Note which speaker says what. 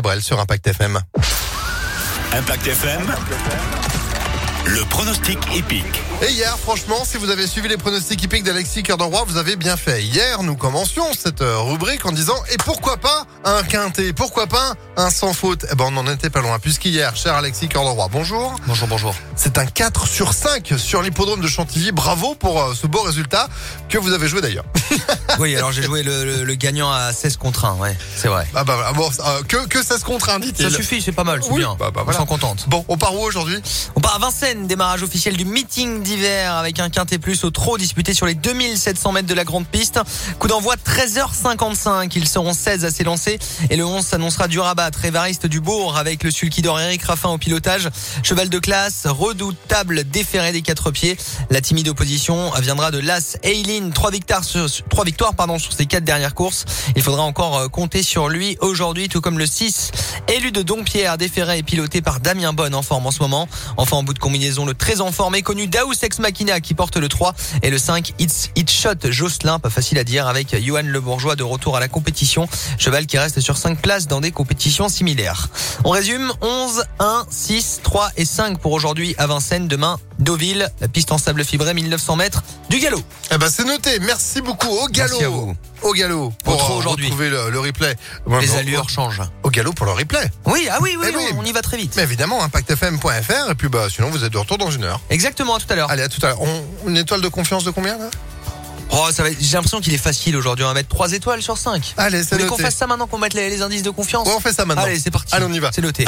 Speaker 1: Brel sur Impact FM.
Speaker 2: Impact FM, le pronostic épique.
Speaker 1: Et hier, franchement, si vous avez suivi les pronostics hippiques d'Alexis Cœur d'Enroi, vous avez bien fait. Hier, nous commencions cette euh, rubrique en disant « Et pourquoi pas un quintet Pourquoi pas un sans faute ?» Eh ben, on n'en était pas loin, puisqu'hier, cher Alexis Cœur d'Enroi, bonjour.
Speaker 3: Bonjour, bonjour.
Speaker 1: C'est un 4 sur 5 sur l'hippodrome de Chantilly. Bravo pour euh, ce beau résultat que vous avez joué d'ailleurs.
Speaker 3: Oui, alors j'ai joué le, le- le gagnant à 16 contre 1, ouais, c'est vrai.
Speaker 1: Ah bah, voilà, bon, euh, que, que ça se contraint,
Speaker 3: Ça
Speaker 1: dit-il.
Speaker 3: suffit, c'est pas mal, c'est
Speaker 1: Oui,
Speaker 3: bien.
Speaker 1: bah, bah,
Speaker 3: On
Speaker 1: voilà.
Speaker 3: s'en contente.
Speaker 1: Bon, on part où aujourd'hui
Speaker 3: On part à Vincennes, démarrage officiel du meeting d'hiver avec un quintet plus au trot disputé sur les 2700 mètres de la grande piste. Coup d'envoi 13h55. Ils seront 16 à s'élancer et le 11 s'annoncera du rabat. Trévariste du Bourg avec le sulkidor Eric Raffin au pilotage. Cheval de classe, redoutable déféré des quatre pieds. La timide opposition viendra de l'As Eileen. Trois victoires sur, trois victoires, pardon, sur ses quatre dernières courses. Il faudra encore euh, compter sur lui aujourd'hui, tout comme le 6 élu de Dompierre, déféré et piloté par Damien Bonne en forme en ce moment. Enfin, en bout de combinaison, le très en forme et connu Daus Ex Machina qui porte le 3 et le 5 It's It Shot Jocelyn, pas facile à dire, avec Johan Le Bourgeois de retour à la compétition. Cheval qui reste sur 5 places dans des compétitions similaires. On résume 11, 1, 6, 3 et 5 pour aujourd'hui à Vincennes, demain Deauville, la piste en sable fibré 1900 mètres du galop.
Speaker 1: Eh ben c'est noté, merci beaucoup au galop.
Speaker 3: Merci à vous.
Speaker 1: Au galop pour
Speaker 3: Au trot
Speaker 1: euh,
Speaker 3: aujourd'hui.
Speaker 1: retrouver le, le replay. Ouais,
Speaker 3: Les
Speaker 1: Ah bon,
Speaker 3: allures changent.
Speaker 1: Au galop pour le replay.
Speaker 3: Oui, ah oui, oui,
Speaker 1: Eh oui.
Speaker 3: on, on y va très vite.
Speaker 1: Mais évidemment, impactfm.fr et puis bah sinon vous êtes de retour dans une heure.
Speaker 3: Exactement, à tout à l'heure.
Speaker 1: Allez, à tout à l'heure. On- Une étoile de confiance de combien là
Speaker 3: Oh, ça va être- j'ai l'impression qu'il est facile aujourd'hui, on va mettre 3 étoiles sur 5.
Speaker 1: Allez, Ah, c'est
Speaker 3: Mais qu'on
Speaker 1: noté.
Speaker 3: fasse ça maintenant, qu'on mette les, les indices de confiance.
Speaker 1: Ouais, on fait ça maintenant.
Speaker 3: Allez, c'est parti.
Speaker 1: Allez, on y va.
Speaker 3: C'est noté.